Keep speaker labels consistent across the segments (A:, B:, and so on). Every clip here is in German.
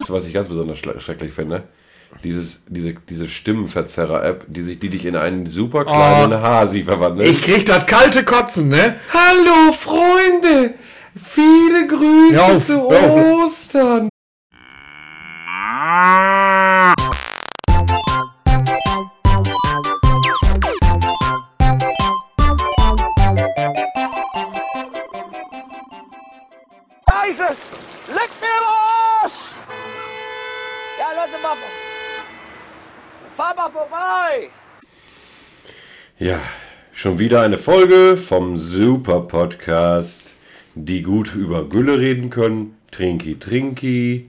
A: Weißt du, was ich ganz besonders schla- schrecklich finde? Dieses, diese, diese Stimmenverzerrer-App, die sich, die dich in einen super kleinen Hasi verwandelt.
B: Ich krieg das kalte Kotzen, ne?
A: Hallo Freunde! Viele Grüße
B: Hör auf,
A: zu
B: hör auf.
A: Ostern!
C: Scheiße! Leck mir los! Ja, Leute, mal, fahr mal vorbei!
A: Ja, schon wieder eine Folge vom Super Podcast, die gut über Gülle reden können, Trinki Trinki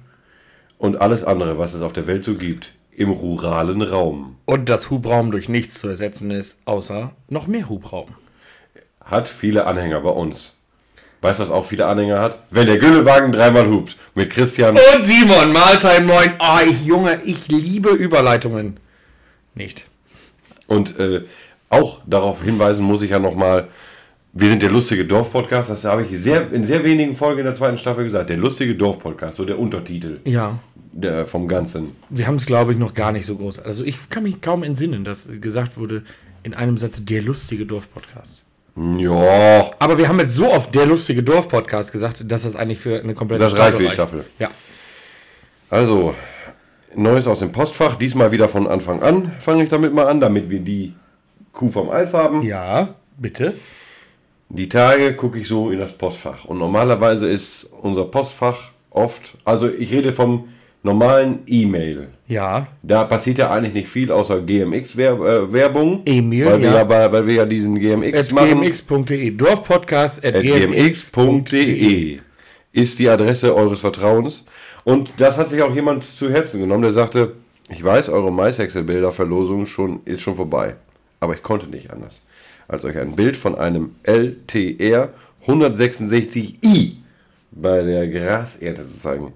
A: und alles andere, was es auf der Welt so gibt, im ruralen Raum.
B: Und dass Hubraum durch nichts zu ersetzen ist, außer noch mehr Hubraum.
A: Hat viele Anhänger bei uns. Weißt du, was auch viele Anhänger hat? Wenn der Güllewagen dreimal hupt. Mit Christian.
B: Und Simon, Mahlzeit moin. Oh, ich, Junge, ich liebe Überleitungen. Nicht.
A: Und äh, auch darauf hinweisen muss ich ja nochmal, wir sind der lustige Dorf-Podcast, das habe ich sehr, in sehr wenigen Folgen in der zweiten Staffel gesagt. Der lustige Dorf-Podcast, so der Untertitel
B: Ja,
A: der, vom Ganzen.
B: wir haben es, glaube ich, noch gar nicht so groß. Also ich kann mich kaum entsinnen, dass gesagt wurde in einem Satz der lustige Dorf-Podcast.
A: Ja,
B: Aber wir haben jetzt so oft der lustige Dorf-Podcast gesagt, dass das eigentlich für eine komplette
A: Das reicht für die Staffel.
B: Ja.
A: also, Neues aus dem Postfach, diesmal wieder von Anfang an, fange ich damit mal an, damit wir die Kuh vom Eis haben.
B: Ja, bitte.
A: Die Tage gucke ich so in das Postfach. Und normalerweise ist unser Postfach oft, also ich rede vom normalen E-Mail.
B: Ja.
A: Da passiert ja eigentlich nicht viel außer GMX-Werbung.
B: Emil,
A: weil, wir
B: ja.
A: ja bei- weil wir ja diesen GMX
B: At
A: machen.
B: gmx.de. Dorfpodcast at
A: At gmx.de ist die Adresse eures Vertrauens. Und das hat sich auch jemand zu Herzen genommen, der sagte, ich weiß, eure Maishexelbilder-Verlosung schon, ist schon vorbei. Aber ich konnte nicht anders, als euch ein Bild von einem LTR 166i bei der Graserde zu zeigen.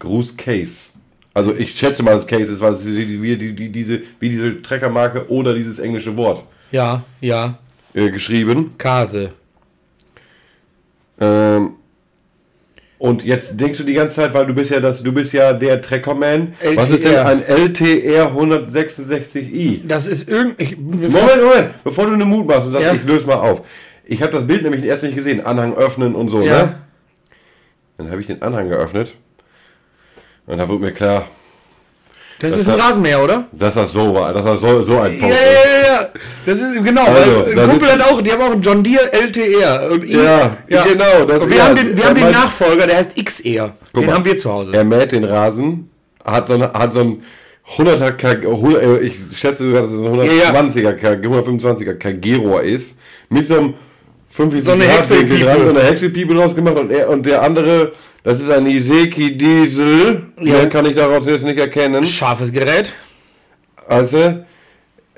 A: Gruß Case. Also ich schätze mal, das Case ist, weil es wie, wie, die- die, diese, wie diese Treckermarke oder dieses englische Wort
B: Ja, ja.
A: äh, geschrieben.
B: Kase.
A: Ähm, und jetzt denkst du die ganze Zeit, weil du bist ja das, du bist ja der Treckerman. Was ist denn
B: LTR?
A: ein LTR 166i?
B: Das ist irgendwie.
A: Moment, Moment, bevor du eine Mut machst und sagst,
B: Ja.
A: ich löse mal auf. Ich habe das Bild nämlich erst nicht gesehen. Anhang öffnen und so, ne?
B: Ja.
A: Dann habe ich den Anhang geöffnet. Und da wurde mir klar,
B: Das,
A: Das
B: ist ein
A: hat-
B: Rasenmäher, oder?
A: dass das so war, dass das so, so ein
B: Ja,
A: Post
B: ja,
A: ist.
B: ja, ja. Das ist genau.
A: Also,
B: weil
A: das
B: ein Kumpel
A: ist-
B: hat auch, die haben auch einen John Deere LTR. Und I-
A: Ja, genau, das
B: und
A: ist-
B: wir haben den, wir
A: ja,
B: haben den
A: mein-
B: Nachfolger, der heißt XR. Den
A: mal.
B: haben wir zu Hause.
A: Er mäht den Rasen, hat so, eine, hat so ein 100er, K, hu- äh, ich schätze sogar, dass es ein
B: Ja, ja.
A: 120er, K, 125er KG-Rohr ist, mit so einem 50
B: So eine
A: Grad Winkel
B: Häckselpiepe.
A: dran, so eine Häckselpiepe rausgemacht und, er, und der andere, das ist ein Iseki Diesel,
B: Ja.
A: den kann ich daraus jetzt nicht erkennen.
B: Scharfes Gerät.
A: Also,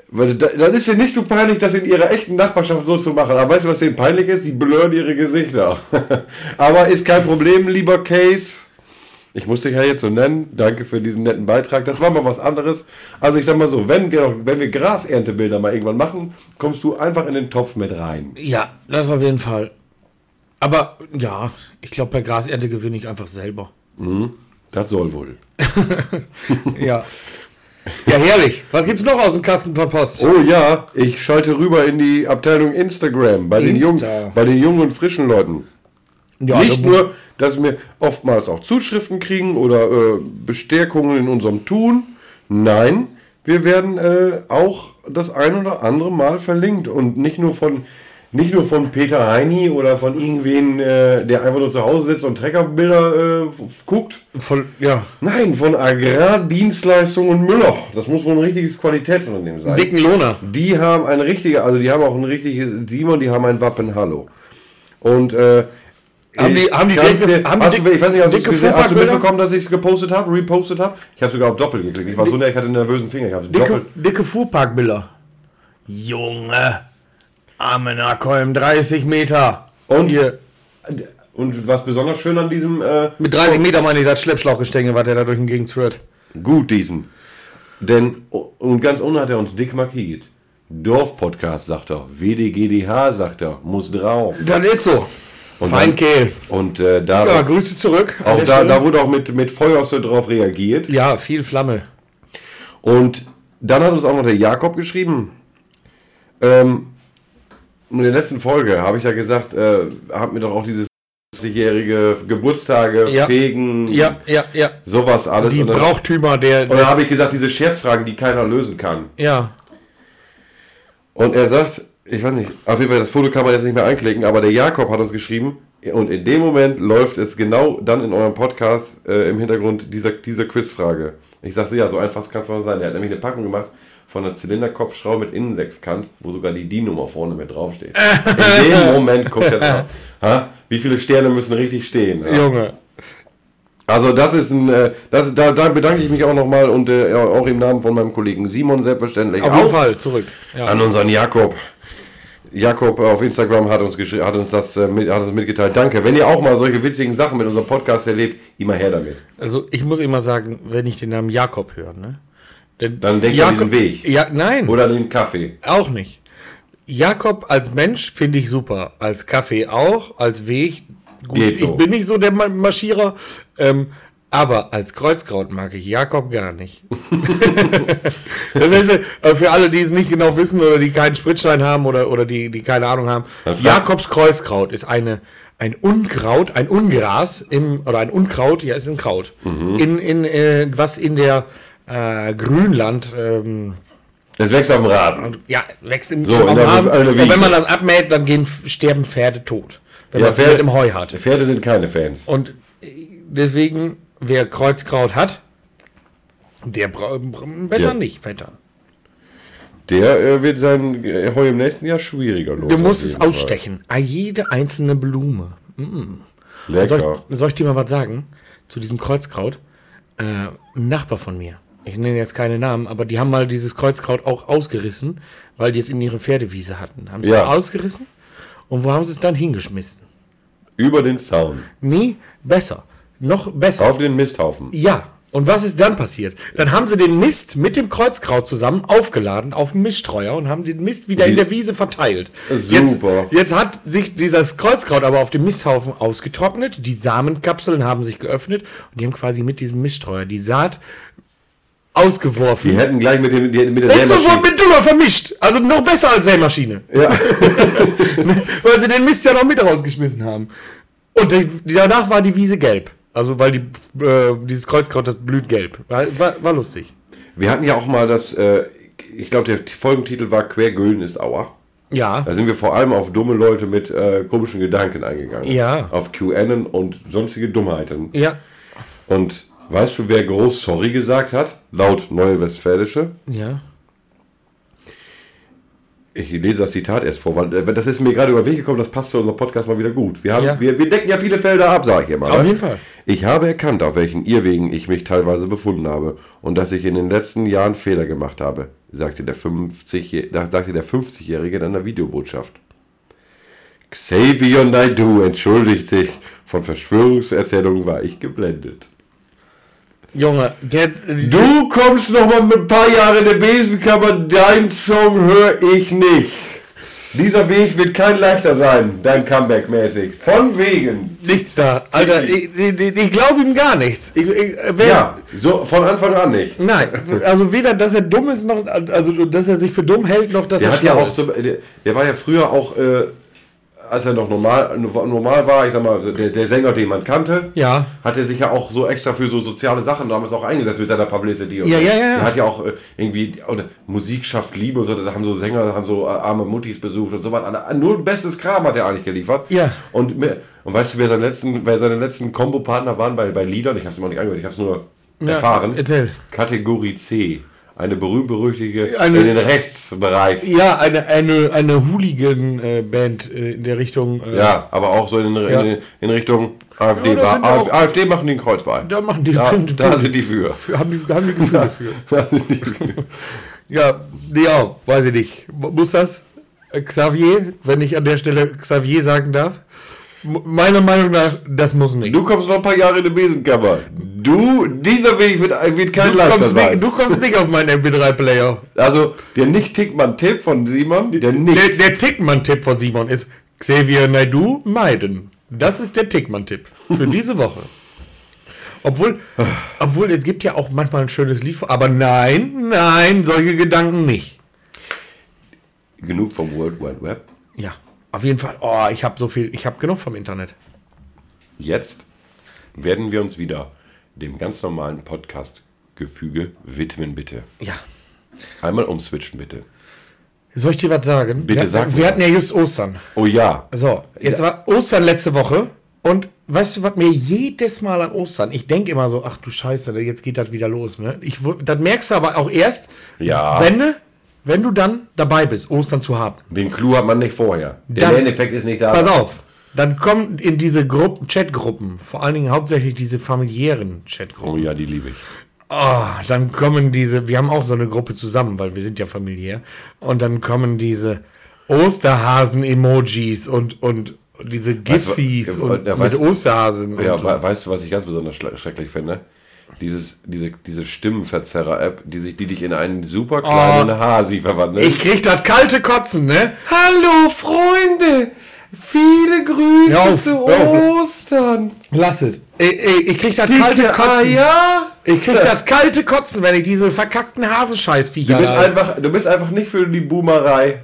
A: weil da, das ist ja nicht so peinlich, das in ihrer echten Nachbarschaft so zu machen. Aber weißt du, was denen peinlich ist? Die blurren ihre Gesichter. Aber ist kein Problem, lieber Case. Ich muss dich ja jetzt so nennen. Danke für diesen netten Beitrag. Das war mal was anderes. Also ich sag mal so, wenn, wenn wir Graserntebilder mal irgendwann machen, kommst du einfach in den Topf mit rein.
B: Ja, das auf jeden Fall. Aber ja, ich glaube, bei Grasernte gewinne ich einfach selber.
A: Das soll wohl.
B: Ja. Ja, herrlich. Was gibt's noch aus dem Kasten von Post?
A: Oh ja, ich schalte rüber in die Abteilung Instagram bei den, jungen,
B: Insta.
A: bei den jungen und frischen Leuten.
B: ja,
A: nicht
B: da-
A: nur, dass wir oftmals auch Zuschriften kriegen oder äh, Bestärkungen in unserem Tun. Nein, wir werden äh, auch das ein oder andere Mal verlinkt und nicht nur von nicht nur von Peter Heini oder von irgendwen, äh, der einfach nur zu Hause sitzt und Treckerbilder äh, f- f- guckt.
B: Voll, ja.
A: Nein, von Agrardienstleistungen Müller. Das muss wohl ein richtiges Qualitätsunternehmen sein.
B: Dicken Lohner.
A: Die haben ein richtiger, also die haben auch ein richtiges Simon, die haben ein Wappen Hallo. Und äh,
B: Haben die- haben die
A: kann's
B: dicke-
A: dir-
B: haben die
A: hast du,
B: dick-
A: ich weiß nicht, hast,
B: dicke
A: du's gesehen, hast du
B: Fuhrparkbilder?
A: mitbekommen, dass ich es gepostet habe, repostet habe? Ich habe sogar auf Doppel geklickt. Ich war so näher, ich hatte einen nervösen Finger. Ich habe
B: Dicke,
A: doppelt.
B: dicke Fuhrparkbilder. Junge. Amenaco im 30 Meter.
A: Und,
B: Hier.
A: und was besonders schön an diesem äh,
B: Mit 30 Meter meine ich das Schleppschlauchgestänge, was der da durch den Gegend führt.
A: gut diesen, denn und ganz ohne hat er uns dick markiert. Dorf Podcast sagt er, WDGDH sagt er, muss drauf.
B: Das ist so.
A: Und dann,
B: Feinkehl.
A: und äh, da,
B: Ja, Grüße zurück. an
A: auch
B: der
A: da,
B: Stelle.
A: da wurde auch mit, mit Feuer so drauf reagiert.
B: ja, viel Flamme.
A: Und dann hat uns auch noch der Jakob geschrieben. Ähm, in der letzten Folge habe ich ja gesagt, äh, hab mir doch auch dieses 50-jährige Geburtstage,
B: Ja.
A: Fegen,
B: Ja, ja, Also, ne? ja.
A: sowas alles.
B: Die
A: und dann,
B: Brauchtümer der.
A: und dann habe ich gesagt, diese Scherzfragen, die keiner lösen kann.
B: ja.
A: Und er sagt, ich weiß nicht, auf jeden Fall, das Foto kann man jetzt nicht mehr einklicken, aber der Jakob hat uns geschrieben, und in dem Moment läuft es genau dann in eurem Podcast äh, im Hintergrund dieser, dieser Quizfrage. Ich sagte, ja, so einfach kann es mal sein. Er hat nämlich eine Packung gemacht von einer Zylinderkopfschraube mit Innensechskant, wo sogar die DIN-Nummer vorne mit draufsteht. In dem Moment guckt er drauf. Ha? Wie viele Sterne müssen richtig stehen? Ja.
B: Junge.
A: Also das ist ein, äh, das, da, da bedanke ich mich auch nochmal und äh, auch im Namen von meinem Kollegen Simon selbstverständlich.
B: Auf jeden Fall zurück. Ja.
A: An unseren Jakob. Jakob auf Instagram hat uns, geschri- hat uns das äh, mit, hat uns mitgeteilt. Danke. Wenn ihr auch mal solche witzigen Sachen mit unserem Podcast erlebt, immer her damit.
B: Also ich muss immer sagen, wenn ich den Namen Jakob höre, ne? Denn
A: Dann denk an diesen Weg.
B: Ja, nein,
A: Oder den Kaffee.
B: auch nicht. Jakob als Mensch finde ich super. Als Kaffee auch, als Weg. Gut,
A: Geht
B: ich
A: so.
B: bin nicht so der Ma- Marschierer. Ähm, aber als Kreuzkraut mag ich Jakob gar nicht. das heißt, äh, für alle, die es nicht genau wissen oder die keinen Spritstein haben oder, oder die, die keine Ahnung haben,
A: Dann frag-
B: Jakobs Kreuzkraut ist eine, ein Unkraut, ein Ungras im, oder ein Unkraut, ja, ist ein Kraut,
A: Mhm.
B: in, in, äh, was in der äh, Grünland, ähm,
A: Es wächst auf dem Rasen.
B: und ja, wächst im
A: So,
B: am
A: in der-
B: Rasen.
A: in der
B: Und
A: Wiege.
B: wenn man das abmäht, dann gehen, sterben Pferde tot. Wenn
A: Ja,
B: man Pferde im Heu hat.
A: Pferde sind keine Fans.
B: Und äh, deswegen, wer Kreuzkraut hat, der bra- bra- besser
A: Ja.
B: nicht fettern.
A: Der äh, wird sein äh, Heu im nächsten Jahr schwieriger los.
B: Du
A: auf
B: musst es
A: jeden Fall.
B: ausstechen. Ah, Jede einzelne Blume. Soll
A: Lecker.
B: ich, soll ich dir mal was sagen zu diesem Kreuzkraut? Äh, ein Nachbar von mir. Ich nenne jetzt keine Namen, aber die haben mal dieses Kreuzkraut auch ausgerissen, weil die es in ihre Pferdewiese hatten. Haben sie
A: Ja.
B: ausgerissen und wo haben sie es dann hingeschmissen?
A: Über den Zaun.
B: Nee, besser. Noch besser.
A: Auf den Misthaufen.
B: Ja. Und was ist dann passiert? Dann haben sie den Mist mit dem Kreuzkraut zusammen aufgeladen auf den Mischstreuer und haben den Mist wieder in der Wiese verteilt.
A: Super.
B: Jetzt, jetzt hat sich dieses Kreuzkraut aber auf dem Misthaufen ausgetrocknet. Die Samenkapseln haben sich geöffnet und die haben quasi mit diesem Mischstreuer die Saat ausgeworfen.
A: Die hätten gleich mit, dem, die hätten mit der
B: Und sofort
A: Sämaschine.
B: mit Dünger vermischt. Also noch besser als Sämaschine.
A: Ja.
B: Weil sie den Mist ja noch mit rausgeschmissen haben. Und die, die- danach war die Wiese gelb. Also, weil die, äh, dieses Kreuzkraut, das blüht gelb. War, war, war lustig.
A: Wir hatten ja auch mal das, äh, ich glaube, der Folgentitel war Quergülden ist Auer.
B: Ja.
A: Da sind wir vor allem auf dumme Leute mit äh, komischen Gedanken eingegangen.
B: Ja.
A: Auf QAnon und sonstige Dummheiten.
B: Ja.
A: Und weißt du, wer groß Sorry gesagt hat? Laut Neue Westfälische.
B: Ja.
A: Ich lese das Zitat erst vor, weil äh, das ist mir gerade über den Weg gekommen, das passt zu unserem Podcast mal wieder gut. Wir, haben,
B: Ja.
A: wir, wir decken ja viele Felder ab, sage ich immer.
B: Auf
A: ne?
B: jeden Fall.
A: Ich habe erkannt, auf welchen Irrwegen ich mich teilweise befunden habe und dass ich in den letzten Jahren Fehler gemacht habe, sagte der 50 da- sagte der 50-Jährige in einer Videobotschaft. Xavier Naidoo entschuldigt sich. Von Verschwörungserzählungen war ich geblendet.
B: Junge, der.
A: Du kommst noch mal mit ein paar Jahren in der Besenkammer, dein Song höre ich nicht. Dieser Weg wird kein leichter sein, dein Comeback mäßig. Von wegen.
B: Nichts da. Alter, ich, ich, ich glaube ihm gar nichts. Ich, ich, äh, wer,
A: Ja, so von Anfang an nicht.
B: Nein. Also, weder, dass er dumm ist, noch. Also, dass er sich für dumm hält, noch, dass
A: Der
B: er.
A: hat ja
B: schlau
A: auch
B: ist.
A: so, der, der war ja früher auch, äh, als er noch normal, normal war, ich sag mal, der, der Sänger, den man kannte,
B: Ja.
A: hat er sich ja auch so extra für so soziale Sachen damals auch eingesetzt mit seiner Publicity. und
B: Ja,
A: so.
B: ja, ja, ja.
A: Der hat ja auch äh, irgendwie oder Musik schafft Liebe und so, da haben so Sänger, da haben so äh, arme Muttis besucht und so was. Alle- Nur bestes Kram hat er eigentlich geliefert.
B: Ja.
A: Und, mir- und weißt du, wer seine letzten, wer seine letzten Kombo-Partner waren bei, bei Liedern? Ich hab's mir auch nicht angehört, ich hab's nur erfahren.
B: erzähl.
A: Kategorie C. Eine berühmt-berüchtigte
B: Eine-
A: in den Rechtsbereich.
B: Ja, eine, eine, eine Hooligan-Band äh, in der Richtung. Äh,
A: Ja, aber auch so in, in, in Richtung AfD.
B: Ja, da sind
A: AfD,
B: auch-
A: AfD machen den Kreuzball.
B: Da machen die
A: da,
B: Fünf-
A: da
B: Fünf-
A: sind die für.
B: Für, haben, die, haben die Gefühle für.
A: Da sind die für.
B: Ja, nee, auch, weiß ich nicht. M- Muss das? Äh, Xavier, wenn ich an der Stelle Xavier sagen darf? M- Meiner Meinung nach, das muss nicht.
A: Du kommst noch ein paar Jahre in die Besenkammer. Du, dieser Weg wird, wird kein
B: Du
A: leichter
B: kommst
A: sein.
B: nicht, du kommst nicht auf meinen MP3-Player.
A: also, der Nicht-Tickmann-Tipp von Simon, der
B: Der,
A: nicht.
B: der Tickmann-Tipp von Simon ist Xavier Naidu meiden. Das ist der Tickmann-Tipp für diese Woche. Obwohl, obwohl, es gibt ja auch manchmal ein schönes Lied, aber nein, nein, solche Gedanken nicht.
A: Genug vom World Wide Web.
B: Ja, auf jeden Fall. Oh, ich habe so viel, ich habe genug vom Internet.
A: Jetzt werden wir uns wieder dem ganz normalen Podcast-Gefüge widmen, bitte.
B: Ja.
A: Einmal umswitchen, bitte.
B: Soll ich dir was sagen?
A: Bitte
B: wir,
A: sag mir
B: Wir hatten
A: was.
B: ja just Ostern.
A: Oh ja.
B: So, jetzt war Ostern letzte Woche und weißt du, was mir jedes Mal an Ostern, ich denke immer so, ach du Scheiße, jetzt geht das wieder los. Ne? Ich, wu- das merkst du aber auch erst,
A: Ja.
B: wenn, du- wenn du dann dabei bist, Ostern zu haben.
A: Den Clou hat man nicht vorher. Der
B: Dann-
A: Lerneffekt ist nicht da.
B: Pass auf, dann kommen in diese Gruppen, Chatgruppen, vor allen Dingen hauptsächlich diese familiären
A: Oh
B: Chatgruppen.
A: ja, die liebe ich.
B: Ah, dann kommen diese, wir haben auch so eine Gruppe zusammen, weil wir sind ja familiär. Und dann kommen diese Osterhasen-Emojis und, und
A: Weißt
B: diese
A: du,
B: Giffys
A: ja,
B: und
A: ja,
B: mit
A: weißt-
B: Osterhasen.
A: Ja,
B: und,
A: we weißt du, was ich ganz besonders schla- schrecklich finde? Dieses, diese, diese Stimmenverzerrer-App, die sich, die dich in einen super kleinen Hasi verwandelt.
B: ich krieg das kalte Kotzen, ne?
A: Hallo Freunde! Viele Grüße
B: Hör auf, zu hör auf.
A: Ostern!
B: Lass es. Ich, ich, ich krieg das kalte Kotzen.
A: ja?
B: Ich krieg das kalte Kotzen, wenn ich diese verkackten Hasenscheißviecher
A: Du bist,
B: da-
A: einfach, du bist einfach nicht für die Boomerei.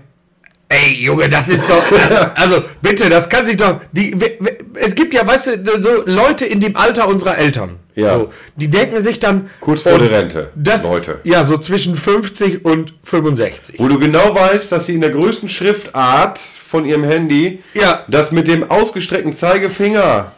B: Ey, Junge, das ist doch. Also, also bitte, das kann sich doch. Die, we- we- es gibt ja, weißt du, so Leute in dem Alter unserer Eltern.
A: Ja.
B: So, die denken sich dann.
A: Kurz vor
B: und
A: der Rente,
B: Das,
A: Leute.
B: Ja, so zwischen 50 und 65.
A: Wo du genau weißt, dass sie in der größten Schriftart von ihrem Handy
B: Ja.
A: das mit dem ausgestreckten Zeigefinger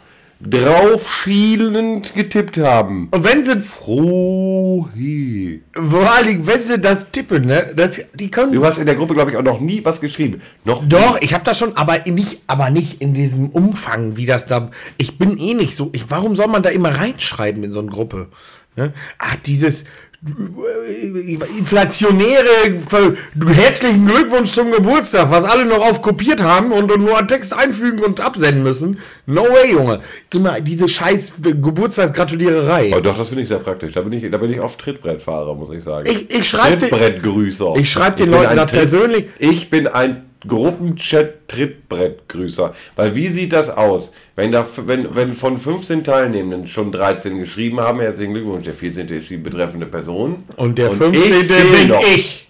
A: draufschielend getippt haben.
B: Und wenn sie,
A: Frohi.
B: vor allen Dingen, wenn sie das tippen, ne, das, die können.
A: Du hast in der Gruppe, glaube ich, auch noch nie was geschrieben. Noch
B: Doch, ich habe das schon, aber in- nicht, aber nicht in diesem Umfang, wie das da. Ich bin eh nicht so. Ich, warum soll man da immer reinschreiben in so eine Gruppe? Ne? Ach, dieses äh, inflationäre Ver- herzlichen Glückwunsch zum Geburtstag, was alle noch auf kopiert haben und, und nur einen Text einfügen und absenden müssen. No way, Junge. Immer diese scheiß
A: Aber
B: Geburtstagsgratuliererei.
A: doch, das finde ich sehr praktisch. Da bin ich, da bin ich auf Trittbrettfahrer, muss ich sagen.
B: Ich- ich schreib den-
A: Trittbrettgrüßer.
B: Ich schreib den
A: bin
B: Leuten
A: ein
B: das
A: Tritt-
B: persönlich.
A: Ich bin ein Gruppenchat-Trittbrettgrüßer. Weil wie sieht das aus? Wenn, da, wenn, wenn von 15 Teilnehmenden schon 13 geschrieben haben, herzlichen Glückwunsch, der 14. ist die betreffende Person.
B: Und der
A: ich
B: 15.
A: fehl
B: bin
A: noch.
B: ich.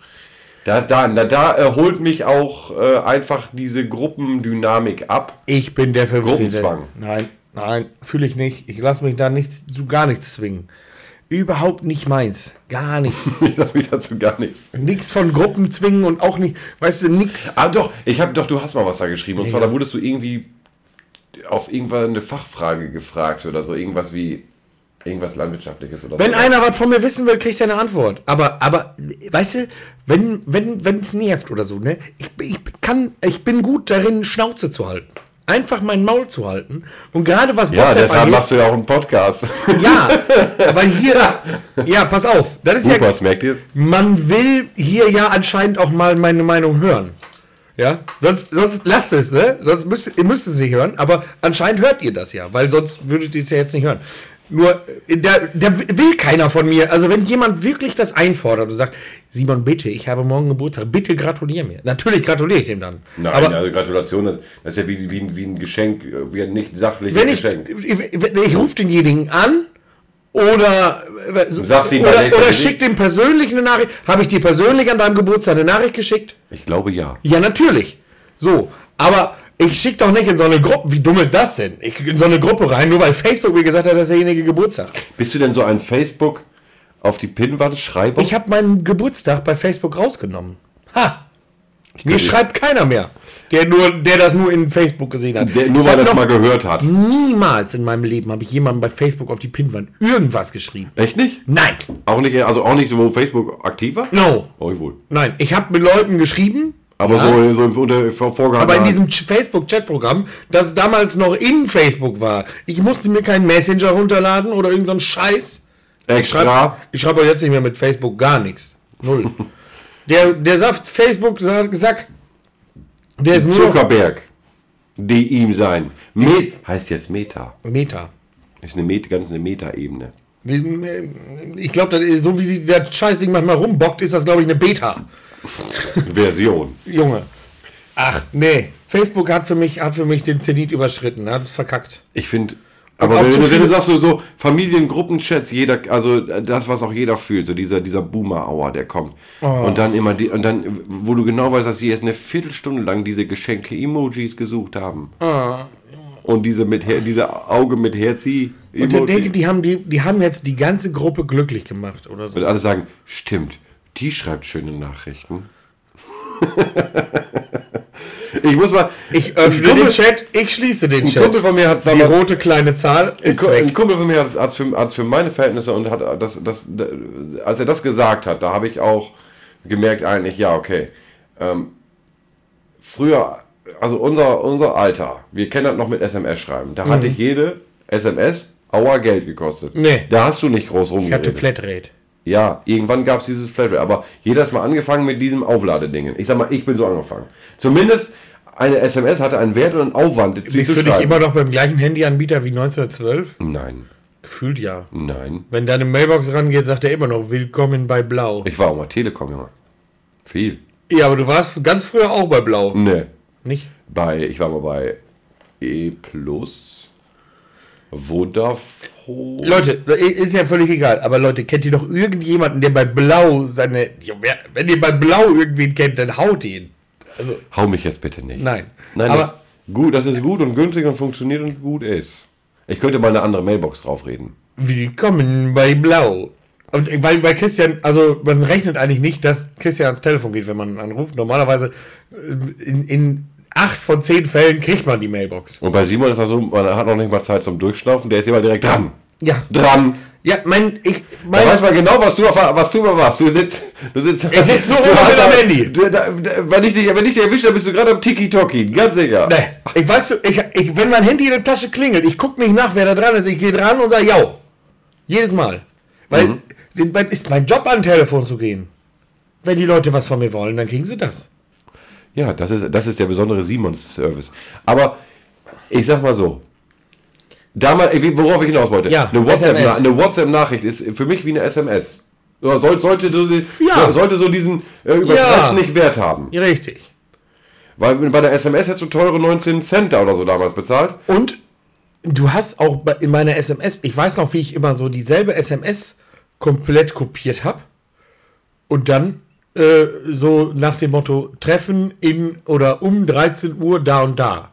A: Da, da, da, da äh, holt mich auch äh, einfach diese Gruppendynamik ab.
B: Ich bin der Verwirrte.
A: Gruppenzwang.
B: Nein, nein, fühle ich nicht. Ich lasse mich da nicht zu gar nichts zwingen. Überhaupt nicht meins. Gar nicht.
A: Ich lasse mich dazu gar nichts.
B: Nichts von Gruppen zwingen und auch nicht, weißt du, nichts.
A: Ah doch, ich habe doch, du hast mal was da geschrieben. Und zwar, da wurdest du irgendwie auf irgendwann eine Fachfrage gefragt oder so. Irgendwas wie irgendwas Landwirtschaftliches oder
B: Wenn
A: so.
B: einer was von mir wissen will, kriegt er eine Antwort. Aber, aber, weißt du, wenn, wenn, wenn es nervt oder so, ne? Ich, bin- ich kann, ich bin gut darin, Schnauze zu halten. Einfach mein Maul zu halten. Und gerade was
A: ja, deshalb
B: angeht-
A: machst du ja auch einen Podcast.
B: Ja, weil hier, ja, pass auf. Das ist ja
A: Super, merkt ihr es?
B: man will hier ja anscheinend auch mal meine Meinung hören. Ja, sonst, sonst lasst es, ne? Sonst müsst ihr müsst es nicht hören, aber anscheinend hört ihr das ja, weil sonst würdet ihr es ja jetzt nicht hören. Nur, äh, da, da will keiner von mir. Also, wenn jemand wirklich das einfordert und sagt, Simon, bitte, ich habe morgen Geburtstag, bitte gratuliere mir. Natürlich gratuliere ich dem dann.
A: Nein,
B: aber
A: also Gratulation, das, das ist ja wie, wie, ein- wie ein Geschenk, äh, wie ein nicht sachliches
B: wenn ich,
A: Geschenk.
B: ich, wenn ich rufe denjenigen an oder, äh, so-
A: Sag's ihm bei
B: oder,
A: nächster
B: oder
A: Gelegenheit.
B: schick dem persönlich eine Nachricht. Habe ich dir persönlich an deinem Geburtstag eine Nachricht geschickt?
A: Ich glaube ja.
B: Ja, natürlich. So, aber ich schicke doch nicht in so eine Gruppe. Wie dumm ist das denn? Ich in so eine Gruppe rein, nur weil Facebook mir gesagt hat, dass derjenige Geburtstag. hat.
A: Bist du denn so ein Facebook auf die Pinnwand Schreiber?
B: Ich habe meinen Geburtstag bei Facebook rausgenommen. Ha! Mir
A: könnte-
B: schreibt keiner mehr, der nur, der das nur in Facebook gesehen hat.
A: Der, nur
B: Ich
A: weil
B: hab
A: das
B: noch
A: mal gehört hat.
B: Niemals in meinem Leben habe ich jemandem bei Facebook auf die Pinnwand irgendwas geschrieben.
A: Echt nicht?
B: Nein,
A: Auch nicht, also auch nicht so, wo Facebook aktiv war?
B: no,
A: Oh, wohl.
B: nein. Ich habe mit Leuten geschrieben,
A: Aber so, so im unter, vor, vorgehaltener
B: Aber in
A: Hand.
B: diesem Ch- Facebook-Chat-Programm, das damals noch in Facebook war, ich musste mir keinen Messenger runterladen oder irgendeinen Scheiß.
A: Extra.
B: Ich schreibe auch jetzt nicht mehr mit Facebook gar nichts. Null. der, der Saft Facebook sa- Sack, der ist nur noch
A: Zuckerberg, die ihm sein. Me heißt jetzt Meta.
B: Meta. äh,
A: Ist eine Met ganz eine Meta-Ebene.
B: Ich glaube, so wie sie der Scheißding manchmal rumbockt, ist das, glaube ich, eine Beta.
A: Version.
B: Junge. Ach, nee. Facebook hat für mich, hat für mich den Zenit überschritten, hat es verkackt.
A: Ich finde. Aber
B: auch
A: wenn
B: zu
A: du, wenn
B: viele-
A: du sagst so, so Familiengruppenchats, jeder, also das, was auch jeder fühlt, so dieser, dieser Boomer-Hour, der kommt.
B: Oh.
A: Und dann immer die, und dann, wo du genau weißt, dass sie jetzt eine Viertelstunde lang diese Geschenke-Emojis gesucht haben.
B: Ah.
A: Und diese mit Her diese Auge mit Herzi.
B: Und ich denke, die haben, die, die haben jetzt die ganze Gruppe glücklich gemacht oder so.
A: Und alle sagen, stimmt, die schreibt schöne Nachrichten. ich muss mal.
B: Ich öffne den Chat, ich schließe den
A: Ein
B: Chat.
A: Kumpel von mir hat's
B: die
A: damals-
B: rote kleine Zahl
A: Ein
B: ist
A: Ku- Ein
B: weg.
A: Kumpel von mir hat es für, hat's für meine Verhältnisse und hat das, das, da- als er das gesagt hat, da habe ich auch gemerkt, eigentlich, ja, okay. Ähm, früher, also unser, unser Alter, wir kennen das noch mit SMS schreiben. Da hatte jede SMS Auer Geld gekostet.
B: Mhm. Nee.
A: Da hast du nicht groß
B: Ich hatte
A: rumgeredet.
B: Flatrate.
A: Ja, irgendwann gab es dieses Flatrate, aber jeder ist mal angefangen mit diesem Aufladedingen. Ich sag mal, ich bin so angefangen. Zumindest eine SMS hatte einen Wert und einen Aufwand. sie
B: Bist
A: zu
B: du nicht
A: schreiben.
B: immer noch beim gleichen Handyanbieter wie 1912?
A: Nein,
B: Gefühlt ja.
A: nein.
B: Wenn deine Mailbox rangeht, sagt er immer noch Willkommen bei Blau.
A: Ich war auch mal Telekom, Junge. Viel.
B: Ja, aber du warst ganz früher auch bei Blau.
A: Ne.
B: Nicht?
A: Bei, ich war mal bei E Plus. Vodafone.
B: Leute, ist ja völlig egal, aber Leute, kennt ihr doch irgendjemanden, der bei Blau seine. Ja, wer- Wenn ihr bei Blau irgendwen kennt, dann haut ihn. Also,
A: Hau mich jetzt bitte nicht.
B: Nein.
A: Nein,
B: Aber-
A: das, gut, das ist gut und günstig und funktioniert und gut ist. Ich könnte mal eine andere Mailbox draufreden.
B: willkommen bei Blau. Und äh, weil bei Christian, also man rechnet eigentlich nicht, dass Christian ans Telefon geht, wenn man anruft. Normalerweise äh, in, in acht von zehn Fällen kriegt man die Mailbox.
A: Und bei Simon ist das so, man hat noch nicht mal Zeit zum Durchschnaufen, der ist immer direkt dran.
B: Ja.
A: Dran.
B: Ja, mein, ich, mein,
A: Da weiß man genau, was du, auf- was du immer machst. Du sitzt, du sitzt,
B: Er sitzt so
A: du
B: rum
A: hast
B: am
A: aber-
B: Handy.
A: Du, da, da, wenn, ich dich, wenn ich dich erwische, dann bist du gerade am Tiki-Toki, ganz sicher.
B: Nee, ich weiß, so, ich, ich, wenn mein Handy in der Tasche klingelt, ich gucke nicht nach, wer da dran ist. Ich gehe dran und sage, ja. Jedes Mal. Weil den- mein- ist mein Job, an Telefon zu gehen. Wenn die Leute was von mir wollen, dann kriegen sie das.
A: Ja, das ist, das ist der besondere Simons-Service. Aber ich sag mal so. Damals, wie- worauf ich hinaus wollte.
B: Ja,
A: eine WhatsApp-
B: SMS.
A: eine WhatsApp-Nachricht ist für mich wie eine SMS. Ja, soll- Sollte so,
B: Ja.
A: so- sollte so diesen äh, Übertreibs
B: Ja.
A: nicht wert haben.
B: Richtig.
A: Weil bei der SMS hättest du teure 19 Cent da oder so damals bezahlt.
B: Und du hast auch bei- in meiner SMS, ich weiß noch, wie ich immer so dieselbe SMS komplett kopiert habe und dann äh, so nach dem Motto Treffen in oder um 13 Uhr da und da.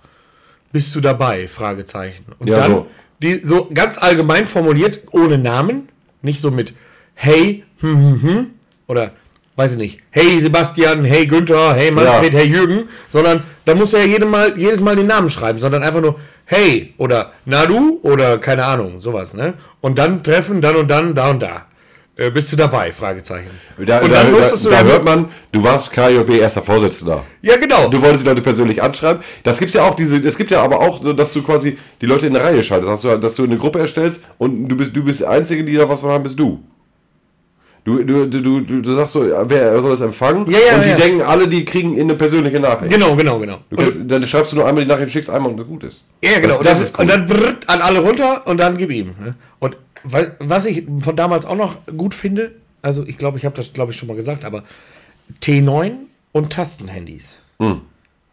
B: Bist du dabei? Fragezeichen. Und
A: Ja,
B: dann
A: so.
B: die so ganz allgemein formuliert, ohne Namen, nicht so mit Hey, hm, hm, hm, oder weiß ich nicht, Hey Sebastian, Hey Günther, Hey Manfred,
A: Ja.
B: Hey Jürgen, sondern da muss er ja jedes Mal, jedes Mal den Namen schreiben, sondern einfach nur Hey oder Na du oder keine Ahnung, sowas, ne? Und dann treffen, dann und dann, da und da. Äh, bist du dabei? Fragezeichen.
A: Da,
B: und
A: da,
B: dann
A: da,
B: wusstest du
A: da
B: ja-
A: hört man, du warst KJB erster Vorsitzender.
B: Ja, genau.
A: Du wolltest die Leute persönlich anschreiben. Das gibt's ja auch diese, es gibt ja aber auch, so, dass du quasi die Leute in eine Reihe schaltest, dass du, dass du eine Gruppe erstellst und du bist, du bist der Einzige, die da was von haben, bist du. Du, du, du, du, du, du sagst so, ja, wer soll das empfangen?
B: Ja, ja,
A: und die
B: ja.
A: denken, alle, die kriegen in eine persönliche Nachricht.
B: genau, genau, genau.
A: Du kannst, dann schreibst du nur einmal die Nachricht, schickst einmal und das gut ist. Also
B: Ja, genau.
A: Das, das ist cool.
B: Und dann brrrt an alle runter und dann gib ihm. ne? Und wa- was ich von damals auch noch gut finde, also ich glaube, ich habe das, glaube ich, schon mal gesagt, aber T9 und Tastenhandys
A: Hm.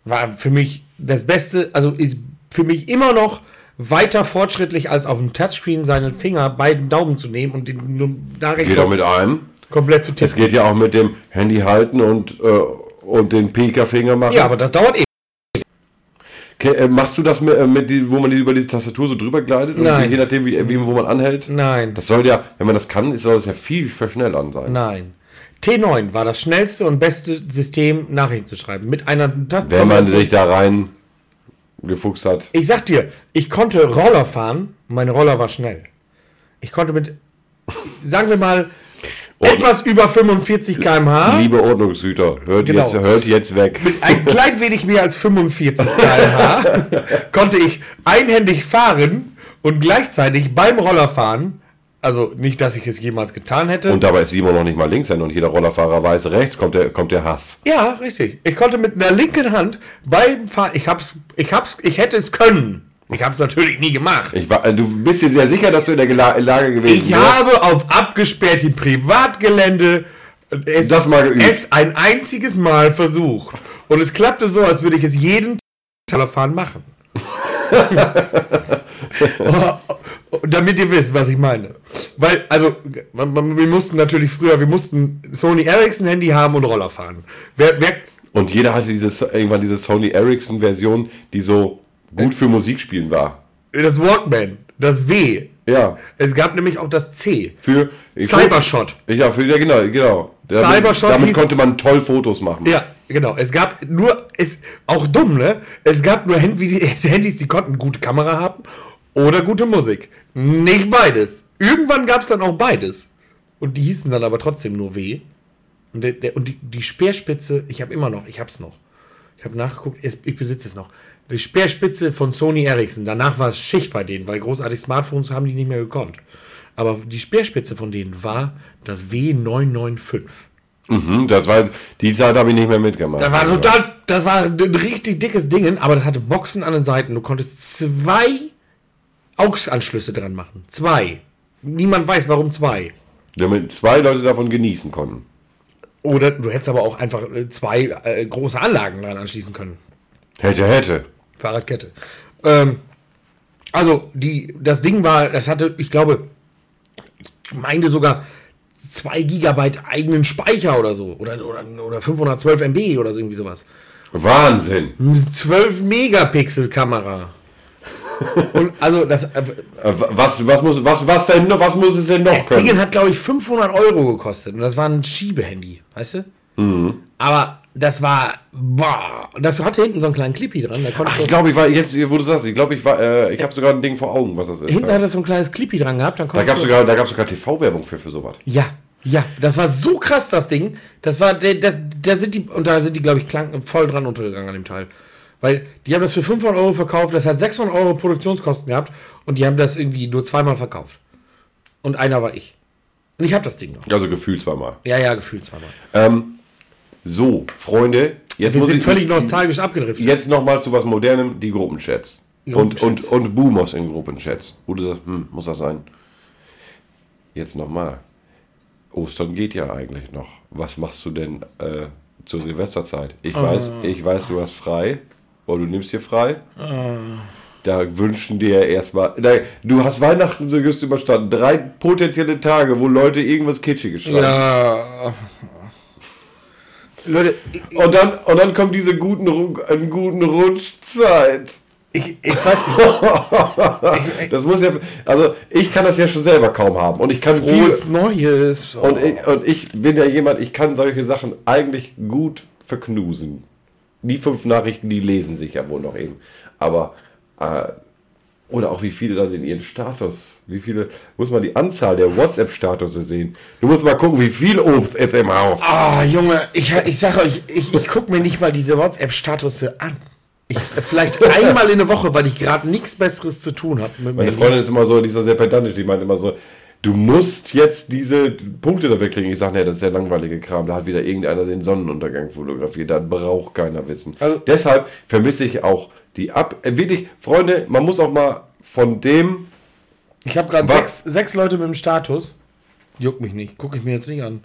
B: war für mich das Beste, also ist für mich immer noch weiter fortschrittlich, als auf dem Touchscreen seinen Finger, beiden Daumen zu nehmen und den Nachrichten
A: Geht auch mit einem.
B: komplett zu
A: Es
B: tippen.
A: geht ja auch mit dem Handy halten und, äh, und den Pika-Finger machen.
B: Ja, aber das dauert eh.
A: Ke- äh, machst du das mit, äh, mit die, wo man die über diese Tastatur so drüber gleitet?
B: Nein.
A: Und je nachdem, wie, wie, wo man anhält?
B: Nein.
A: Das soll ja, wenn man das kann, soll das ja viel verschnellern sein.
B: Nein. T9 war das schnellste und beste System, Nachrichten zu schreiben. Mit einer Tastenkombination.
A: Wenn man sich da rein gefuchst hat.
B: Ich sag dir, ich konnte Roller fahren, mein Roller war schnell. Ich konnte mit, sagen wir mal, etwas über 45 km/h,
A: Liebe Ordnungshüter, hört,
B: Genau.
A: jetzt, hört jetzt weg.
B: ein klein wenig mehr als 45 km/h, konnte ich einhändig fahren und gleichzeitig beim Rollerfahren, also nicht, dass ich es jemals getan hätte.
A: Und dabei ist Simon noch nicht mal Linkshänder und jeder Rollerfahrer weiß, rechts kommt der, kommt der Hass.
B: ja, richtig. Ich konnte mit einer linken Hand beim Fahren, ich hab's, ich hab's, ich hätte es können. Ich hab's natürlich nie gemacht.
A: Ich war, du bist dir sehr sicher, dass du in der Gela Lage gewesen
B: Ich habe auf abgesperrtem Privatgelände äh, es,
A: Das mal geübt.
B: es ein einziges Mal versucht. Und es klappte so, als würde ich es jeden Talerfahren machen. Oh, Damit ihr wisst, was ich meine. Weil, also, man- man- wir mussten natürlich früher, wir mussten Sony Ericsson Handy haben und Roller fahren. Wer, wer,
A: Und jeder hatte dieses, irgendwann diese Sony Ericsson-Version, die so gut für Musik spielen war.
B: das Walkman, das W.
A: Ja.
B: Es gab nämlich auch das C.
A: Für ich guck-
B: Cybershot.
A: Ja, für, ja genau, genau. Damit,
B: Cybershot
A: damit
B: hieß-
A: konnte man toll Fotos machen.
B: Ja, genau. Es gab nur, es, auch dumm, ne? Es gab nur Handy, Handys, die konnten gute Kamera haben oder gute Musik. Nicht beides. Irgendwann gab es dann auch beides. Und die hießen dann aber trotzdem nur W. Und, der, der, und die, die Speerspitze, ich habe immer noch, ich hab's noch. Ich habe nachgeguckt, es, ich besitze es noch. Die Speerspitze von Sony Ericsson. Danach war es Schicht bei denen, weil großartig Smartphones haben die nicht mehr gekonnt. Aber die Speerspitze von denen war das W995.
A: Hm, das war, die Zeit habe ich nicht mehr mitgemacht.
B: Das war total, das war ein richtig dickes Ding, aber das hatte Boxen an den Seiten. Du konntest zwei AUX-Anschlüsse dran machen. Zwei. Niemand weiß, warum zwei.
A: Damit zwei Leute davon genießen konnten.
B: Oder du hättest aber auch einfach äh, zwei äh, große Anlagen dran anschließen können.
A: Hätte, hätte.
B: Fahrradkette. Ähm, also, die, das Ding war, das hatte, ich glaube, ich meine sogar 2 Gigabyte eigenen Speicher oder so. Oder, oder, oder 512 MB oder so irgendwie sowas.
A: Wahnsinn.
B: Eine 12-Megapixel-Kamera. Und also das, äh,
A: Äh, Was, was, muss, was, was, denn, noch- was muss es denn noch
B: das Ding
A: können?
B: hat, glaube ich, 500 Euro gekostet. Und das war ein Schiebehandy, weißt du?
A: Mhm.
B: Aber das war, boah, das hatte hinten so einen kleinen Clippy dran. Da konntest
A: Ich
B: du,
A: glaube, ich war, jetzt, wo du sagst, ich glaube, ich war, äh, ich habe sogar ein Ding vor Augen, was das ist.
B: hinten
A: ja.
B: hat das so ein kleines Clippy dran gehabt. Dann
A: Da
B: konntest
A: gab es
B: du
A: sogar, da gab's sogar TV-Werbung für, für sowas.
B: Ja, ja, das war so krass, das Ding. Das war, der- das, da sind die, und da sind die, glaube ich, klang, voll dran untergegangen an dem Teil. Weil die haben das für 500 Euro verkauft, das hat 600 Euro Produktionskosten gehabt und die haben das irgendwie nur zweimal verkauft. Und einer war ich. Und ich habe das Ding noch.
A: Also gefühlt zweimal.
B: Ja, ja, gefühlt zweimal.
A: Ähm, So, Freunde, jetzt
B: Wir
A: muss
B: sind
A: ich
B: völlig nostalgisch abgedriftet.
A: jetzt nochmal zu was Modernem, die Gruppenchats. Und, und,
B: Gruppenchats.
A: und Boomers in Gruppenchats. Wo du sagst, hm, muss das sein? Jetzt nochmal. Ostern geht ja eigentlich noch. Was machst du denn äh, zur Silvesterzeit? Ich
B: Ah.
A: weiß, ich weiß, du hast frei. Oder du nimmst dir frei.
B: Ah.
A: Da wünschen dir erstmal. Nein, du hast Weihnachten so just überstanden. Drei potenzielle Tage, wo Leute irgendwas Kitschiges schreiben.
B: Ja. Leute, ich,
A: Und dann, und dann kommt diese guten, Ru- einen guten Rutschzeit.
B: ich, ich weiß nicht.
A: Das muss ja, also ich kann das ja schon selber kaum haben. Und ich kann viel,
B: Frohes Neues.
A: und, ich, und ich bin ja jemand, ich kann solche Sachen eigentlich gut verknusen. Die fünf Nachrichten, die lesen sich ja wohl noch eben. Aber, äh, oder auch wie viele dann in ihren Status, wie viele, muss man die Anzahl der WhatsApp-Statusse sehen. Du musst mal gucken, wie viel Obst ist im Haus.
B: Ah, Junge, ich, ich sag euch, ich, ich guck mir nicht mal diese WhatsApp-Statusse an. Ich, vielleicht einmal in der Woche, weil ich gerade nichts Besseres zu tun habe.
A: Meine Freundin ist immer so, die ist dann sehr pedantisch, die meint immer so, du musst jetzt diese Punkte da wegkriegen. Ich sage, nee, das ist der langweilige Kram. Da hat wieder irgendeiner den Sonnenuntergang fotografiert. Da braucht keiner wissen.
B: Also-
A: Deshalb vermisse ich auch die Ab... Äh, wirklich, Freunde, man muss auch mal von dem...
B: Ich habe gerade
A: Was?
B: sechs, sechs Leute mit dem Status. Juckt mich nicht, gucke ich mir jetzt nicht an.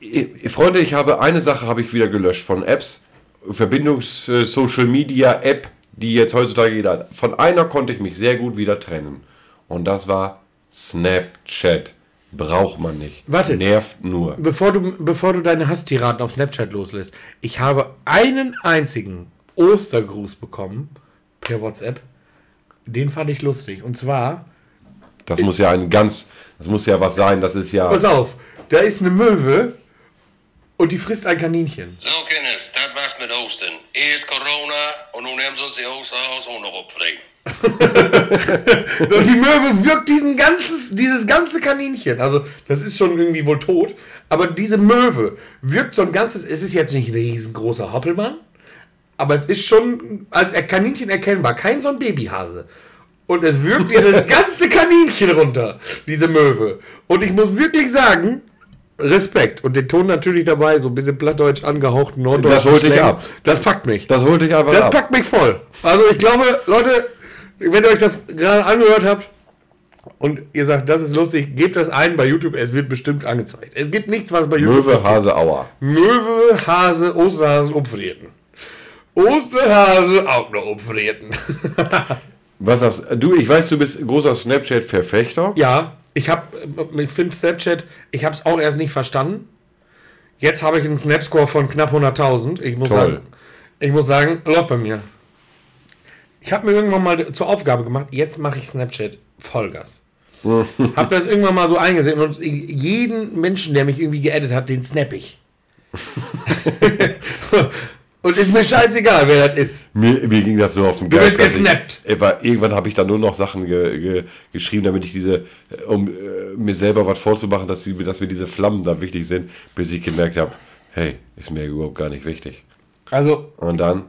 A: Äh, Freunde, ich habe eine Sache habe ich wieder gelöscht von Apps. Verbindungs äh, Social Media App, die jetzt heutzutage jeder hat. Von einer konnte ich mich sehr gut wieder trennen. Und das war Snapchat. Braucht man nicht.
B: Warte.
A: Nervt nur.
B: Bevor du, bevor du deine Hasstiraden auf Snapchat loslässt, ich habe einen einzigen Ostergruß bekommen per WhatsApp. Den fand ich lustig. Und zwar
A: Das muss ja ein ganz, das muss ja was sein, das ist ja.
B: Pass auf, da ist eine Möwe und die frisst ein Kaninchen.
D: Zo kennis, dat was met Oosten. Eerst corona en toen hebben ze ons die Oosterhaus ook nog opvreden.
B: Und die Möwe wirkt diesen ganzes, dieses ganze Kaninchen. Also, das ist schon irgendwie wohl tot. Aber diese Möwe wirkt so ein ganzes. Es ist jetzt nicht ein riesengroßer Hoppelmann, aber es ist schon als er- Kaninchen erkennbar. Kein so ein Babyhase. Und es wirkt dieses ganze Kaninchen runter, diese Möwe. Und ich muss wirklich sagen, Respekt. Und den Ton natürlich dabei, so ein bisschen plattdeutsch angehaucht, norddeutsch.
A: Das holt dich ab.
B: Das packt mich.
A: Das holte ich einfach
B: Das
A: ab.
B: packt mich voll. Also ich glaube, Leute, wenn ihr euch das gerade angehört habt, und ihr sagt, das ist lustig, gebt das ein bei YouTube, es wird bestimmt angezeigt. Es gibt nichts, was bei YouTube.
A: Möwe, Hase, Auer.
B: Möwe, Hase, Osterhasen, Opferierten. Osterhase, auch noch Opferierten.
A: Was sagst du? Ich weiß, du bist großer Snapchat-Verfechter.
B: Ja, ich habe, ich finde Snapchat, ich habe es auch erst nicht verstanden. Jetzt habe ich einen Snapscore von knapp 100.000. Ich muss
A: Toll.
B: sagen, ich muss sagen, läuft bei mir. Ich habe mir irgendwann mal zur Aufgabe gemacht, jetzt mache ich Snapchat Vollgas. hab das irgendwann mal so eingesehen und jeden Menschen, der mich irgendwie geaddet hat, den snap ich. und ist mir scheißegal, wer das ist.
A: Mir, mir ging das so auf den
B: Du bist
A: dass
B: gesnappt.
A: Ich, etwa, irgendwann habe ich dann nur noch Sachen ge, ge, geschrieben, damit ich diese, äh, um äh, mir selber was vorzumachen, dass, sie, dass mir diese Flammen da wichtig sind, bis ich gemerkt habe, hey, ist mir überhaupt gar nicht wichtig.
B: Also,
A: Und dann,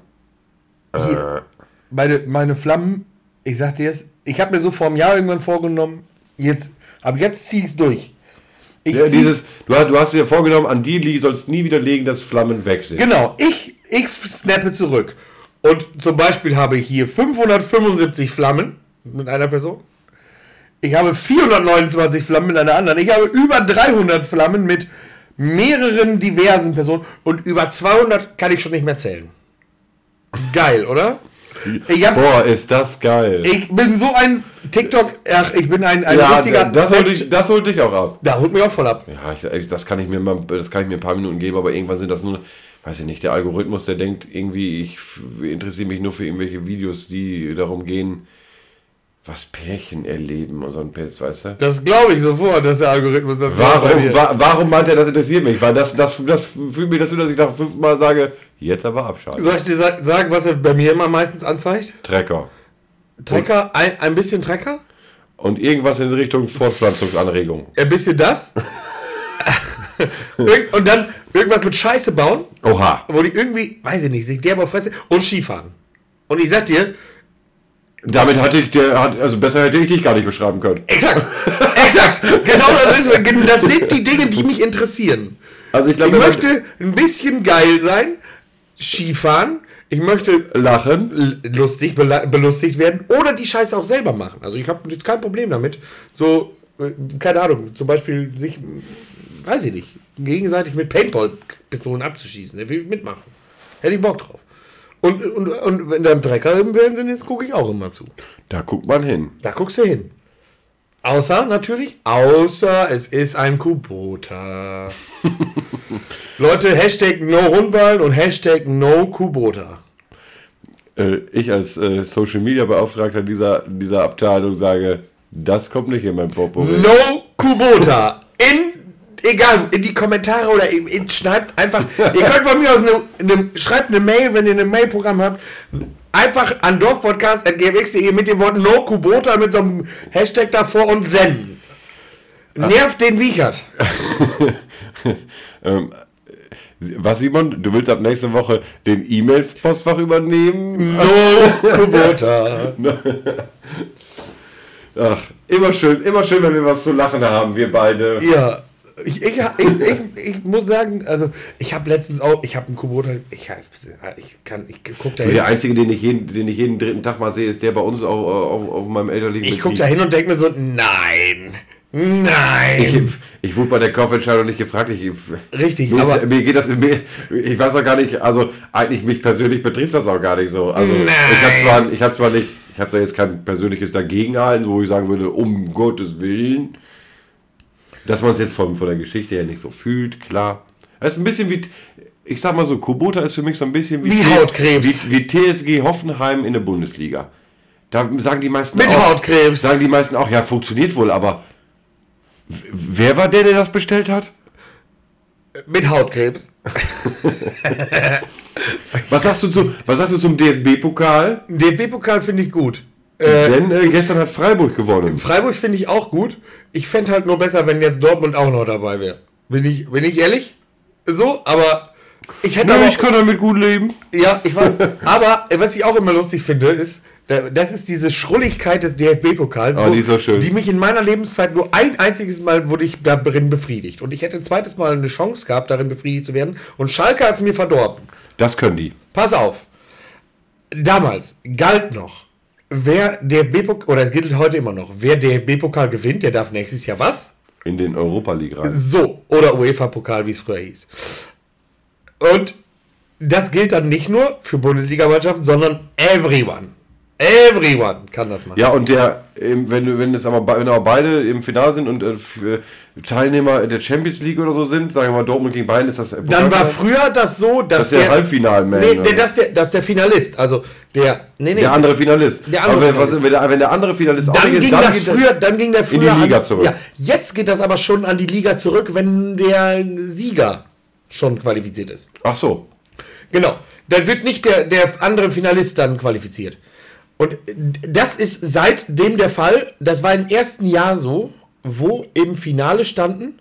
B: meine, meine Flammen, ich sag dir jetzt, ich habe mir so vor einem Jahr irgendwann vorgenommen, jetzt, aber jetzt zieh ich's durch. Ich
A: ja,
B: zieh's-
A: dieses, du, hast- du hast dir vorgenommen, an die li- sollst nie wieder legen, dass Flammen weg sind.
B: Genau, ich, ich snappe zurück. Und zum Beispiel habe ich hier 575 Flammen mit einer Person. Ich habe 429 Flammen mit einer anderen. Ich habe über 300 Flammen mit mehreren diversen Personen. Und über 200 kann ich schon nicht mehr zählen. Geil, oder? Ich, hab,
A: Boah, ist das geil.
B: ich bin so ein TikTok, ach, ich bin ein, ein
A: ja,
B: richtiger
A: das holt,
B: Snapchat-
A: dich, das holt dich auch ab.
B: Da holt mich auch voll ab.
A: Ja, ich, ich- das kann ich mir mal, das kann ich mir ein paar Minuten geben, aber irgendwann sind das nur, weiß ich nicht, der Algorithmus, der denkt irgendwie, ich f- interessiere mich nur für irgendwelche Videos, die darum gehen, was Pärchen erleben und so ein Pilz, weißt du?
B: Das glaube ich sofort, dass der Algorithmus das glaubt bei
A: Warum,
B: mir.
A: wa warum meint er, das interessiert mich? Weil das, das, das fühlt mich dazu, dass ich nach fünfmal sage, jetzt aber abschalten.
B: Soll ich dir sa- sagen, was er bei mir immer meistens anzeigt?
A: Trecker.
B: Trecker, ein, ein bisschen Trecker,
A: Und irgendwas in Richtung Fortpflanzungsanregung.
B: ein bisschen das. Irg- und dann irgendwas mit Scheiße bauen,
A: Oha.
B: wo die irgendwie, weiß ich nicht, sich derbe auf Fresse und Skifahren. Und ich sag dir,
A: Damit hatte ich, der, hat- also besser hätte ich dich gar nicht beschreiben können.
B: exakt, exakt, genau das ist, gen- das sind die Dinge, die mich interessieren.
A: Also ich
B: Ich
A: glaube,
B: möchte ein bisschen geil sein, Skifahren, ich möchte
A: lachen.
B: l- lustig, bela- belustigt werden oder die Scheiße auch selber machen. Also ich habe jetzt kein Problem damit. So, äh, keine Ahnung, zum Beispiel sich, mh, weiß ich nicht, gegenseitig mit Paintball-Pistolen abzuschießen. Da will ich mitmachen. Hätte ich Bock drauf. Und, und, und wenn dann Trecker im Fernsehen ist, gucke ich auch immer zu.
A: Da guckt man hin.
B: Da guckst du hin. Außer natürlich, außer es ist ein Kubota. Leute, Hashtag No Rundballen und Hashtag No Kubota.
A: äh, ich als äh, Social Media Beauftragter dieser, dieser Abteilung sage, das kommt nicht in mein Potpourri.
B: No Kubota. In, egal, in die Kommentare oder in, in, schreibt einfach, ihr könnt von mir aus, eine, eine, schreibt eine Mail, wenn ihr ein Mailprogramm habt, einfach an dorfpodcast.gmx.de mit dem Wort No Kubota mit so einem Hashtag davor und senden. Nervt den Wichert.
A: Ähm, Was, Simon? Du willst ab nächste Woche den E-Mail-Postfach übernehmen?
B: No Kubota.
A: Ach, immer schön, immer schön, wenn wir was zu lachen haben, wir beide.
B: Ja. Ich, ich, ich, ich, ich muss sagen, also ich habe letztens auch, ich habe einen Kubota, ich, hab- ich kann, ich guck da hin.
A: Der einzige, den ich, jeden, den ich jeden dritten Tag mal sehe, ist der bei uns auch, äh, auf, auf meinem elterlichen
B: Ich gucke da
A: Betrieb.
B: hin und denke mir so, nein,
A: Ich,
B: nein.
A: ich wurde bei der Kaufentscheidung nicht gefragt. Ich,
B: Richtig,
A: mir,
B: aber-
A: ist, mir geht das, mir, ich weiß auch gar nicht, also eigentlich mich persönlich betrifft das auch gar nicht so. Also
B: Nein.
A: ich habe zwar, ich hab zwar nicht, ich habe zwar jetzt kein persönliches Dagegenhalten, wo ich sagen würde, um Gottes Willen, dass man es jetzt von, von der Geschichte her nicht so fühlt, klar. Das ist ein bisschen wie, ich sag mal so, Kubota ist für mich so ein bisschen wie,
B: Wie Hautkrebs.
A: Wie, wie TSG Hoffenheim in der Bundesliga. Da sagen die meisten
B: Mit
A: auch,
B: Hautkrebs.
A: Sagen die meisten auch, ja, funktioniert wohl, aber w- wer war der, der das bestellt hat?
B: Mit Hautkrebs.
A: Was sagst du, zu, was sagst du zum DFB-Pokal?
B: Den DFB-Pokal finde ich gut.
A: Denn äh, gestern hat Freiburg gewonnen.
B: Freiburg finde ich auch gut. Ich fände halt nur besser, wenn jetzt Dortmund auch noch dabei wäre. Bin ich, bin ich ehrlich? So, aber ich hätte aber,
A: ich kann damit gut leben.
B: Ja, ich weiß. Aber äh, was ich auch immer lustig finde, ist, äh, das ist diese Schrulligkeit des DFB-Pokals,
A: Oh,
B: wo-
A: die ist so schön.
B: die mich in meiner Lebenszeit nur ein einziges Mal wurde ich darin befriedigt. Und ich hätte ein zweites Mal eine Chance gehabt, darin befriedigt zu werden. Und Schalke hat es mir verdorben.
A: Das können die.
B: Pass auf. Damals galt noch, wer DFB-Pokal, oder es gilt heute immer noch, wer DFB-Pokal gewinnt, der darf nächstes Jahr was?
A: In den Europa League rein.
B: So, oder UEFA-Pokal, wie es früher hieß. Und das gilt dann nicht nur für Bundesligamannschaften, sondern everyone. Everyone kann das machen.
A: Ja, und der, ähm, wenn, du- wenn, es aber, be- wenn aber beide im Finale sind und äh, f- äh, Teilnehmer der Champions League oder so sind, sagen wir mal Dortmund gegen Bayern, ist das. äh,
B: Dann war
A: Pokal-
B: früher das so, dass
A: das ist der Halbfinalman.
B: Nee, nee, das, ist der, das ist der Finalist. Also der. Nee, nee.
A: der andere Finalist.
B: Der andere
A: aber wenn,
B: Finalist.
A: Was, wenn, der, wenn der andere Finalist
B: dann ging das
A: geht
B: früher, dann ging der
A: in die
B: früher
A: Liga
B: an,
A: zurück.
B: Ja, jetzt geht das aber schon an die Liga zurück, wenn der Sieger schon qualifiziert ist.
A: Ach so.
B: Genau. Dann wird nicht der, der andere Finalist dann qualifiziert. Und das ist seitdem der Fall. Das war im ersten Jahr so, wo im Finale standen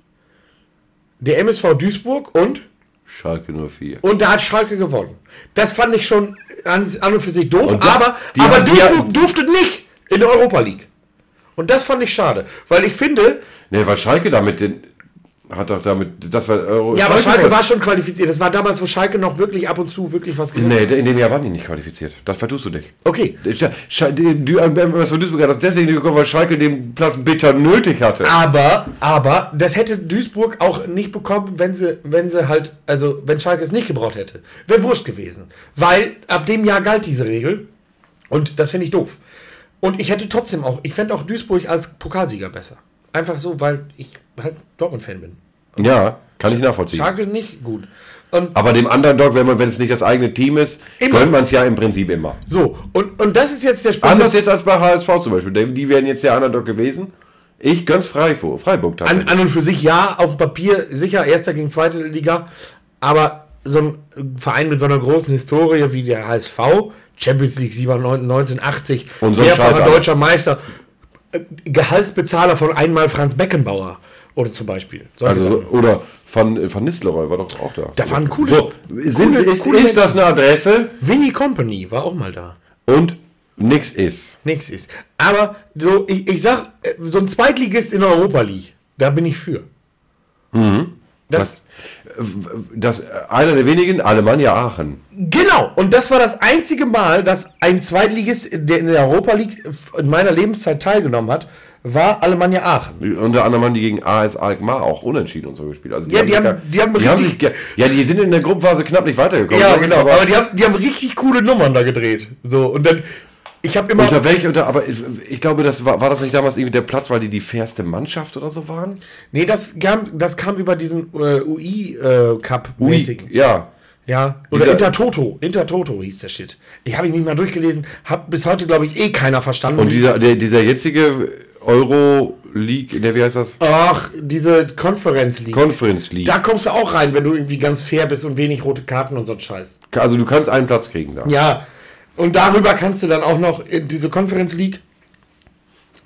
B: der MSV Duisburg und
A: Schalke 04.
B: und da hat Schalke gewonnen. Das fand ich schon an, an und für sich doof,
A: da-
B: aber,
A: die
B: aber
A: hat- die
B: Duisburg
A: hat-
B: durfte nicht in der Europa League. Und das fand ich schade, weil ich finde,
A: Ne, weil Schalke damit den. Hat doch damit. Das war Euro.
B: ja, aber Schalke
A: wollte-
B: war schon qualifiziert. Das war damals, wo Schalke noch wirklich ab und zu wirklich was gerissen
A: Nee,
B: hat.
A: in dem Jahr waren die nicht qualifiziert. Das vertust du dich.
B: Okay.
A: Scha- Scha- die- die- äh, Was von Duisburg hat das deswegen nicht bekommen, weil Schalke den Platz bitter nötig hatte.
B: Ah. Aber, aber, das hätte Duisburg auch nicht bekommen, wenn sie, wenn sie halt, also, wenn Schalke es nicht gebraucht hätte. Wäre wurscht gewesen. Weil ab dem Jahr galt diese Regel. Und das finde ich doof. Und ich hätte trotzdem auch, ich fände auch Duisburg als Pokalsieger besser. Einfach so, weil ich halt Dortmund-Fan bin.
A: Ja, kann ich nachvollziehen.
B: Schalke nicht gut. Und
A: Aber dem Underdog, wenn man, wenn es nicht das eigene Team ist,
B: Immer.
A: gönnt man es ja im Prinzip immer.
B: so, und, und das ist jetzt der spannende
A: Anders jetzt als bei HSV zum Beispiel. Die die wären jetzt der Underdog gewesen. Ich gönn's Freiburg, Freiburg
B: An,
A: tatsächlich.
B: an und für sich ja, auf dem Papier sicher, erster gegen zweite Liga. Aber so ein Verein mit so einer großen Historie wie der HSV, Champions League 97, 1980,
A: Und so ein
B: mehrfacher
A: Scheiß an-
B: deutscher Meister, äh, Gehaltsbezahler von einmal Franz Beckenbauer oder zum Beispiel. Solche
A: Also, so-
B: Sachen.
A: oder Van, äh, Van Nistelrooy war doch auch da.
B: Da waren coole-
A: so, sind,
B: coole-
A: ist,
B: coole
A: ist das eine Adresse
B: Winnie Company war auch mal da.
A: und nix ist.
B: Nix ist. Aber so, ich, ich sag, äh, so ein Zweitligist in der Europa League, da bin ich für.
A: Mhm.
B: Das,
A: Das äh, einer der wenigen, Alemannia Aachen.
B: Genau, und das war das einzige Mal, dass ein Zweitligist, der in der Europa League f- in meiner Lebenszeit teilgenommen hat, war Alemannia Aachen.
A: Unter anderem haben die gegen AS Alkmaar auch unentschieden und so gespielt. Also
B: Ja, die haben-
A: gar-
B: die haben richtig-
A: sich ge- ja, die sind in der Gruppenphase knapp nicht weitergekommen.
B: Ja,
A: glaub ich,
B: genau,
A: aber-
B: aber die haben, die haben richtig coole Nummern da gedreht. So, und dann, ich habe immer.
A: Unter welch, unter, aber ich, ich glaube, das war, war das nicht damals irgendwie der Platz, weil die die fairste Mannschaft oder so waren?
B: Nee, das kam, das kam über diesen äh, UI-Cup-mäßigen.
A: ja.
B: ja, oder
A: Dieser-
B: Intertoto. Intertoto hieß der Shit. Ich habe ich nicht mal durchgelesen, hab bis heute, glaube ich, eh keiner verstanden.
A: Und
B: wie-
A: dieser, der, dieser jetzige Euro League, der, wie heißt das?
B: Ach, diese Konferenz League.
A: Conference League.
B: da kommst du auch rein, wenn du irgendwie ganz fair bist und wenig rote Karten und so einen Scheiß.
A: Also du kannst einen Platz kriegen da.
B: Ja, und darüber kannst du dann auch noch in diese Conference League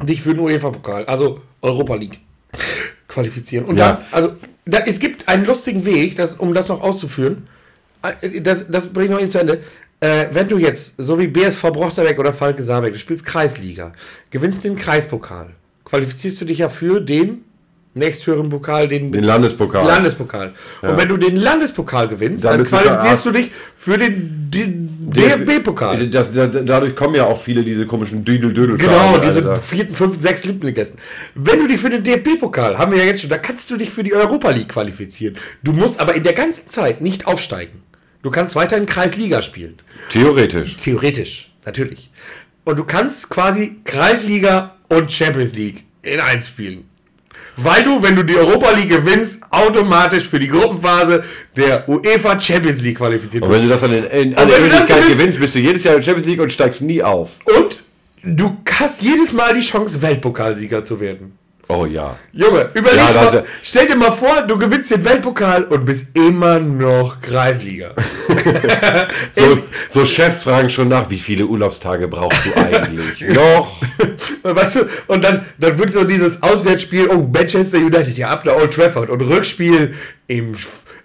B: dich für den UEFA-Pokal, also Europa League, qualifizieren. Und
A: Ja.
B: dann, also, da, es gibt einen lustigen Weg, das, um das noch auszuführen. Äh, Das, das bringe ich noch eben zu Ende. Äh, wenn du jetzt, so wie BSV Brochterbeck oder Falke Saarbeck, du spielst Kreisliga, gewinnst den Kreispokal, qualifizierst du dich ja für den nächsthöheren Pokal, den,
A: Den Landespokal.
B: Landespokal. Und wenn du den Landespokal gewinnst,
A: Dann
B: dann,
A: bist du
B: qualifizierst du
A: verarscht.
B: dich für den, den DFB-Pokal.
A: Das, da- da- dadurch kommen ja auch viele diese komischen Düdel-Dödel.
B: Genau,
A: also
B: diese vierten, fünften, sechsten Lieblinggästen. Wenn du dich für den DFB-Pokal, haben wir ja jetzt schon, da kannst du dich für die Europa League qualifizieren. Du musst aber in der ganzen Zeit nicht aufsteigen. Du kannst weiter in Kreisliga spielen.
A: Theoretisch.
B: Theoretisch, natürlich. Und du kannst quasi Kreisliga und Champions League in eins spielen. Weil du, wenn du die Europa League gewinnst, automatisch für die Gruppenphase der UEFA Champions League qualifiziert
A: Und wenn du das dann in, in aller
B: wenn du das
A: Ewigkeit
B: gewinnst-
A: gewinnst, bist du jedes Jahr in der Champions League und steigst nie auf.
B: Und du hast jedes Mal die Chance, Weltpokalsieger zu werden.
A: Oh ja.
B: Junge, überleg
A: Ja, das-
B: mal, stell dir mal vor, du gewinnst den Weltpokal und bist immer noch Kreisliga.
A: So, so Chefs fragen schon nach, wie viele Urlaubstage brauchst du eigentlich? Doch.
B: weißt du, und dann, dann wird so dieses Auswärtsspiel, oh, Manchester United, ja, ab der Old Trafford und Rückspiel im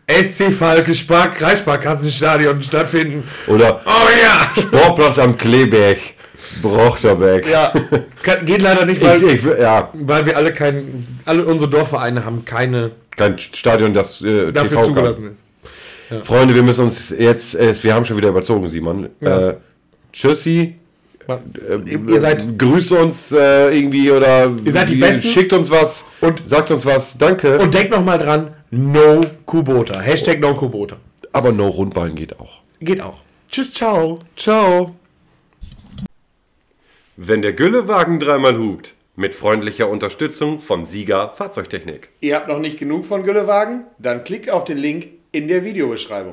B: SC Falke Spark, Kreissparkassenstadion stattfinden.
A: Oder
B: Oh ja!
A: Sportplatz am Kleeberg, Brochterberg.
B: Ja, kann, geht leider nicht,
A: Ich,
B: weil,
A: ich, ja,
B: weil wir alle kein, alle unsere Dorfvereine haben keine
A: kein Stadion, das äh,
B: dafür
A: TV
B: zugelassen ist.
A: Kann. Freunde, wir müssen uns jetzt, äh, wir haben schon wieder überzogen, Simon.
B: Ja.
A: Äh, tschüssi.
B: Ihr seid
A: grüßt uns äh, irgendwie oder
B: Ihr seid die Besten.
A: schickt uns was
B: Und-
A: sagt uns was. Danke.
B: und denkt nochmal dran, no Kubota. Hashtag no Kubota.
A: Aber No Rundbein geht auch.
B: Geht auch. Tschüss, ciao.
A: Ciao. Wenn der Güllewagen dreimal hupt, mit freundlicher Unterstützung von Sieger Fahrzeugtechnik.
B: Ihr habt noch nicht genug von Güllewagen? Dann klickt auf den Link in der Videobeschreibung.